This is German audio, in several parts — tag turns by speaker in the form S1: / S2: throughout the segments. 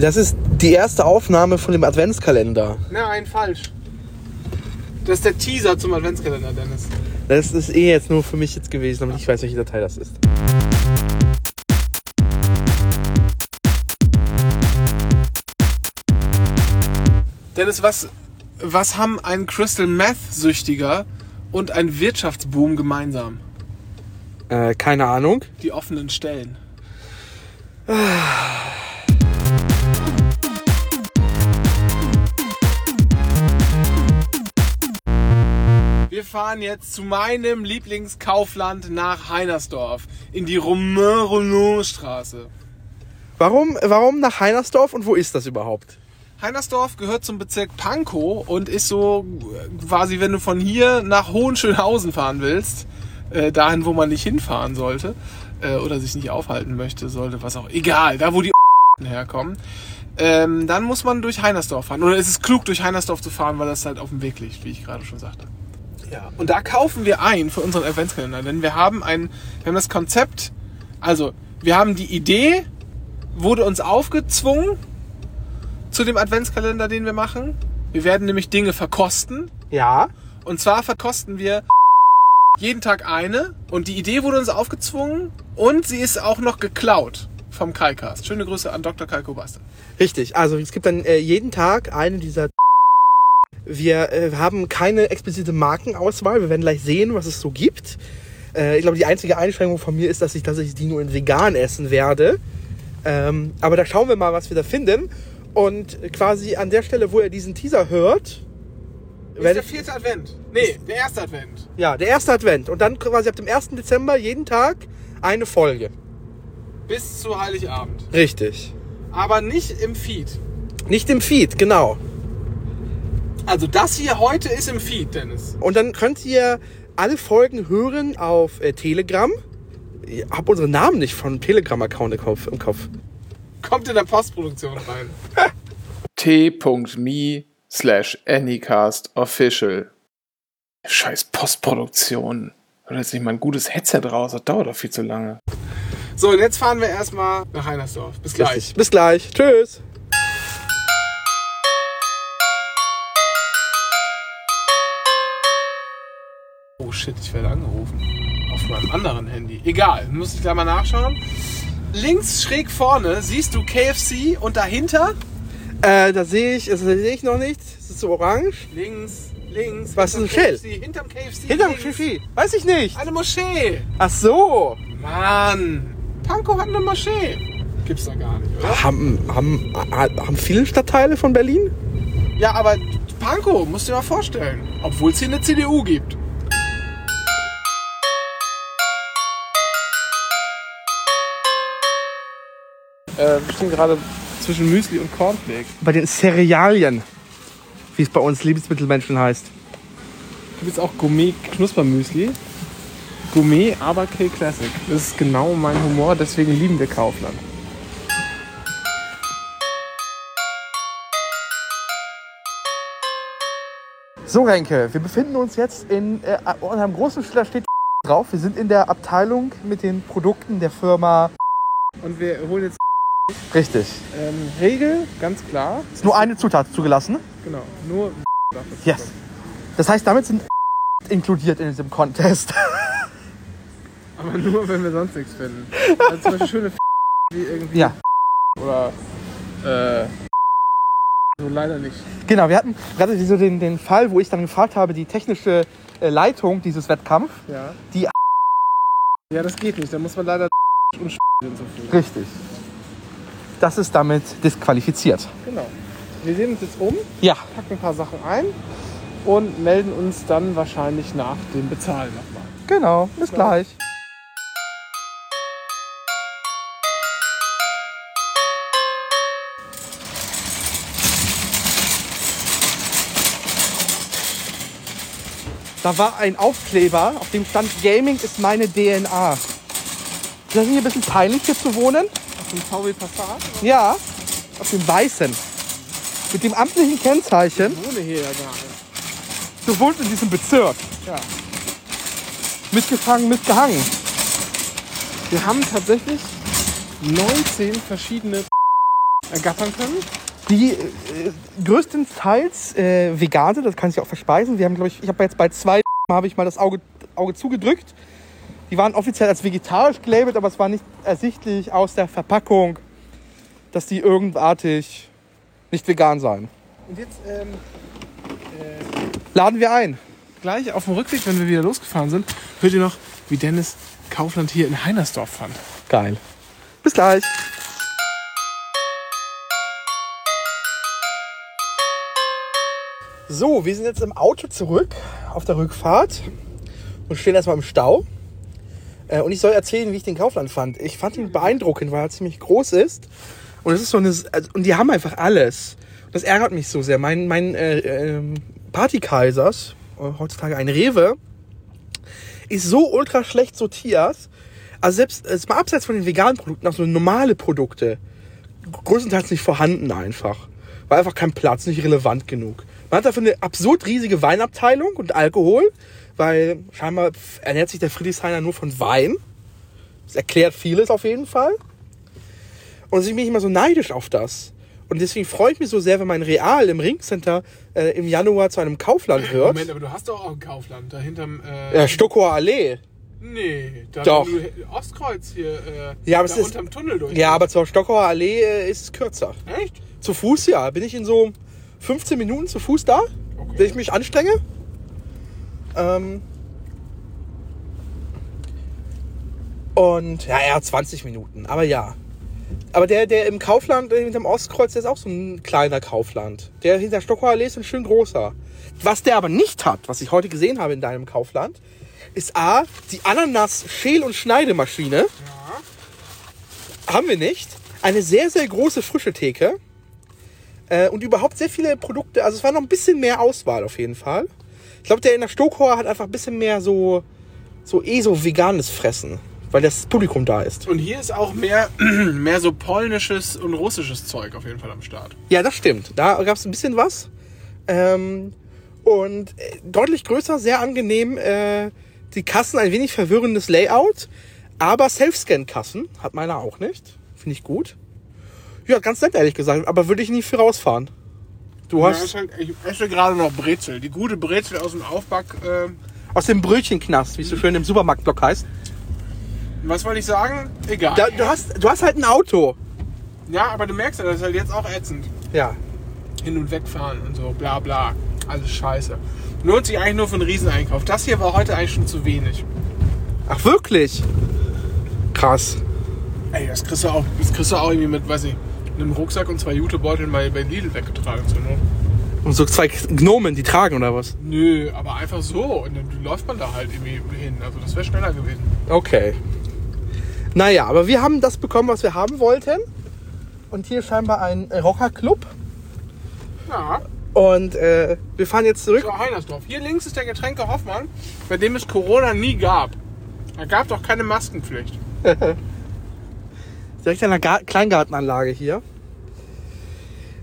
S1: Das ist die erste Aufnahme von dem Adventskalender.
S2: Nein, falsch. Das ist der Teaser zum Adventskalender, Dennis.
S1: Das ist eh jetzt nur für mich jetzt gewesen, damit ich weiß, welche Datei das ist.
S2: Dennis, was, was haben ein Crystal Meth-Süchtiger und ein Wirtschaftsboom gemeinsam?
S1: Äh, keine Ahnung.
S2: Die offenen Stellen. Wir fahren jetzt zu meinem Lieblingskaufland nach Heinersdorf in die Romain-Roland-Straße.
S1: Warum, warum nach Heinersdorf und wo ist das überhaupt?
S2: Heinersdorf gehört zum Bezirk Pankow und ist so äh, quasi, wenn du von hier nach Hohenschönhausen fahren willst, äh, dahin, wo man nicht hinfahren sollte äh, oder sich nicht aufhalten möchte, sollte, was auch, egal, da wo die herkommen, ähm, dann muss man durch Heinersdorf fahren. Oder es ist klug, durch Heinersdorf zu fahren, weil das halt auf dem Weg liegt, wie ich gerade schon sagte. Ja. Und da kaufen wir ein für unseren Adventskalender, denn wir haben ein, wir haben das Konzept, also wir haben die Idee, wurde uns aufgezwungen zu dem Adventskalender, den wir machen. Wir werden nämlich Dinge verkosten.
S1: Ja.
S2: Und zwar verkosten wir jeden Tag eine. Und die Idee wurde uns aufgezwungen und sie ist auch noch geklaut vom Kalkast. Schöne Grüße an Dr. Kalko Bastel.
S1: Richtig, also es gibt dann äh, jeden Tag eine dieser. Wir äh, haben keine explizite Markenauswahl. Wir werden gleich sehen, was es so gibt. Äh, ich glaube, die einzige Einschränkung von mir ist, dass ich, dass ich die nur in vegan essen werde. Ähm, aber da schauen wir mal, was wir da finden. Und quasi an der Stelle, wo ihr diesen Teaser hört,
S2: Ist
S1: werdet,
S2: der vierte Advent? Nee, der erste Advent.
S1: ja, der erste Advent. Und dann quasi ab dem 1. Dezember jeden Tag eine Folge.
S2: Bis zu Heiligabend.
S1: Richtig.
S2: Aber nicht im Feed.
S1: Nicht im Feed, genau.
S2: Also das hier heute ist im Feed, Dennis.
S1: Und dann könnt ihr alle Folgen hören auf äh, Telegram. Ich hab unseren Namen nicht von Telegram-Account im Kopf- im Kopf.
S2: Kommt in der Postproduktion rein.
S3: t.me slash Anycast Official. Scheiß Postproduktion. Hol jetzt nicht mal ein gutes Headset raus, das dauert doch viel zu lange.
S2: So, und jetzt fahren wir erstmal nach Heinersdorf. Bis gleich.
S1: Richtig. Bis gleich. Tschüss.
S2: Oh shit, ich werde angerufen. Auf meinem anderen Handy. Egal, muss ich gleich mal nachschauen. Links schräg vorne siehst du KFC und dahinter
S1: Äh, da sehe ich, also, da sehe ich noch nichts. Es ist so orange.
S2: links, links.
S1: Was
S2: hinterm
S1: ist ein Schild?
S2: KFC, Hinterm KFC.
S1: Hinterm
S2: links.
S1: Schifi. Weiß ich nicht.
S2: Eine Moschee.
S1: Ach so.
S2: Mann, Pankow hat eine Moschee. Gibt's da gar nicht, oder?
S1: Haben, haben, haben viele Stadtteile von Berlin?
S2: Ja, aber Pankow, musst du dir mal vorstellen. Obwohl es hier eine CDU gibt. Äh, wir stehen gerade zwischen Müsli und Cornflakes.
S1: Bei den Cerealien. Wie es bei uns Lebensmittelmenschen heißt.
S2: gibt es auch Gourmet Knuspermüsli. Gourmet, aber Kill Classic. Das ist genau mein Humor, deswegen lieben wir Kaufland.
S1: So, Renke, wir befinden uns jetzt in äh, unter einem großen Schild, da steht drauf. Wir sind in der Abteilung mit den Produkten der Firma.
S2: Und wir holen jetzt
S1: Richtig.
S2: ähm, Regel, ganz klar.
S1: Ist nur eine Zutat zugelassen.
S2: Genau, nur
S1: Yes. Das heißt, damit sind inkludiert in diesem Contest.
S2: aber nur, wenn wir sonst nichts finden. Also zum Beispiel schöne wie irgendwie
S1: Ja,
S2: oder äh, so leider nicht.
S1: genau. Wir hatten gerade so den, den Fall, wo ich dann gefragt habe, die technische äh, Leitung dieses Wettkampf.
S2: Ja.
S1: Die
S2: Ja, das geht nicht. Da muss man leider und hinzufügen.
S1: Richtig. Das ist damit disqualifiziert.
S2: Genau. Wir sehen uns jetzt um,
S1: Ja,
S2: packen ein paar Sachen ein und melden uns dann wahrscheinlich nach dem Bezahlen nochmal.
S1: genau. Bis gleich. Da war ein Aufkleber, auf dem stand Gaming ist meine DNA. Ist das nicht ein bisschen peinlich hier zu wohnen?
S2: Ein VW Passat?
S1: Ja, auf dem weißen. Mit dem amtlichen Kennzeichen.
S2: Ich wohne hier ja gar nicht.
S1: Du wohnst in diesem Bezirk.
S2: Ja.
S1: Mitgefangen, mitgehangen.
S2: Wir haben tatsächlich 19 verschiedene ergattern können.
S1: Die äh, größtenteils äh, vegane, das kann ich auch verspeisen. Wir haben, glaube ich, ich habe jetzt bei zwei habe ich mal das Auge, Auge zugedrückt. Die waren offiziell als vegetarisch gelabelt, aber es war nicht ersichtlich aus der Verpackung, dass die irgendartig nicht vegan seien. Und jetzt ähm, äh, laden wir ein.
S2: Gleich auf dem Rückweg, wenn wir wieder losgefahren sind, hört ihr noch, wie Dennis Kaufland hier in Heinersdorf fand.
S1: Geil. Bis gleich. So, wir sind jetzt im Auto zurück auf der Rückfahrt und stehen erstmal im Stau. Äh, Und ich soll erzählen, wie ich den Kaufland fand. Ich fand ihn beeindruckend, weil er ziemlich groß ist. Und es ist so eine. also- Und die haben einfach alles. Das ärgert mich so sehr. Mein, mein äh, ähm, Partykaisers, äh, heutzutage ein Rewe, ist so ultra schlecht sortiert. Also selbst äh, jetzt mal abseits von den veganen Produkten, auch so normale Produkte, größtenteils nicht vorhanden einfach. War einfach kein Platz, nicht relevant genug. Man hat dafür eine absurd riesige Weinabteilung und Alkohol, weil scheinbar ernährt sich der Friedrichshainer nur von Wein. Das erklärt vieles auf jeden Fall. Und deswegen bin ich immer so neidisch auf das. Und deswegen freue ich mich so sehr, wenn mein Real im Ringcenter äh, im Januar zu einem Kaufland wird.
S2: Moment, aber du hast doch auch ein Kaufland. Da hinterm. Äh,
S1: Ja, Stokower Allee.
S2: Nee, da
S1: Doch.
S2: hinterm Ostkreuz hier. Äh,
S1: Ja, aber
S2: da
S1: es ist-
S2: unterm Tunnel durch.
S1: Ja, aber zur Stockauer Allee äh, ist es kürzer.
S2: Echt?
S1: Zu Fuß, ja. Bin ich in so 15 Minuten zu Fuß da,
S2: Okay.
S1: wenn ich mich anstrenge. Ähm Und, ja, ja, 20 Minuten, aber ja. Aber der, der im Kaufland, äh, hinterm Ostkreuz, der ist auch so ein kleiner Kaufland. Der hinter Stockholmer Allee ist ein schön großer. Was der aber nicht hat, was ich heute gesehen habe in deinem Kaufland, ist A, die Ananas-Schäl- und Schneidemaschine. Haben wir nicht. Eine sehr, sehr große frische Theke. Äh, und überhaupt sehr viele Produkte. Also es war noch ein bisschen mehr Auswahl auf jeden Fall. Ich glaube, der in der Stokor hat einfach ein bisschen mehr so, so eh so veganes Fressen, weil das Publikum da ist.
S2: Und hier ist auch mehr, mehr so polnisches und russisches Zeug auf jeden Fall am Start.
S1: Ja, das stimmt. Da gab es ein bisschen was. Ähm, und äh, deutlich größer, sehr angenehm. Äh, die Kassen ein wenig verwirrendes Layout. Aber Self-Scan-Kassen hat meiner auch nicht. Finde ich gut. Ja, ganz nett, ehrlich gesagt. Aber würde ich nie für rausfahren. Du
S2: Ja,
S1: hast
S2: ist halt- ich esse gerade noch Brezel. Die gute Brezel aus dem Aufback. Äh,
S1: aus dem Brötchenknast, wie es so schön im Supermarktblock heißt.
S2: was wollte ich sagen? Egal.
S1: Da, du, hast, du hast halt ein Auto.
S2: ja, aber du merkst ja, das ist halt jetzt auch ätzend.
S1: Ja.
S2: Hin und wegfahren und so, bla bla. Alles scheiße. Lohnt sich eigentlich nur für einen Rieseneinkauf. Das hier war heute eigentlich schon zu wenig.
S1: Ach, wirklich? Krass.
S2: Ey, das kriegst du auch, das kriegst du auch irgendwie mit, weiß ich, einem Rucksack und zwei Jutebeuteln bei, bei Lidl weggetragen zu Not.
S1: Und so zwei Gnomen, die tragen oder was?
S2: Nö, aber einfach so. Und dann läuft man da halt irgendwie hin. Also das wäre schneller gewesen.
S1: Okay. Naja, aber wir haben das bekommen, was wir haben wollten. Und hier scheinbar ein Rockerclub.
S2: Ja.
S1: Und äh, wir fahren jetzt zurück.
S2: So, Heinersdorf. Hier links ist der Getränke Hoffmann, bei dem es Corona nie gab. Da gab doch keine Maskenpflicht.
S1: Direkt an einer Gar Kleingartenanlage hier.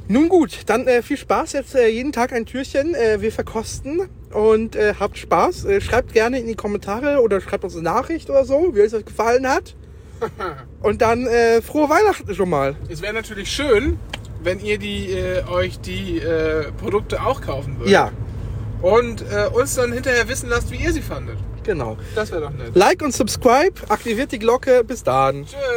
S1: Nun gut, dann äh, viel Spaß. Jetzt äh, jeden Tag ein Türchen. Äh, wir verkosten und äh, habt Spaß. Äh, schreibt gerne in die Kommentare oder schreibt uns eine Nachricht oder so, wie es euch gefallen hat. Und dann äh, frohe Weihnachten schon mal.
S2: Es wäre natürlich schön, wenn ihr die, äh, euch die äh, Produkte auch kaufen würdet.
S1: Ja,
S2: Und äh, uns dann hinterher wissen lasst, wie ihr sie fandet.
S1: genau.
S2: Das wäre doch nett.
S1: Like und subscribe, aktiviert die Glocke. Bis dann.
S2: Tschüss.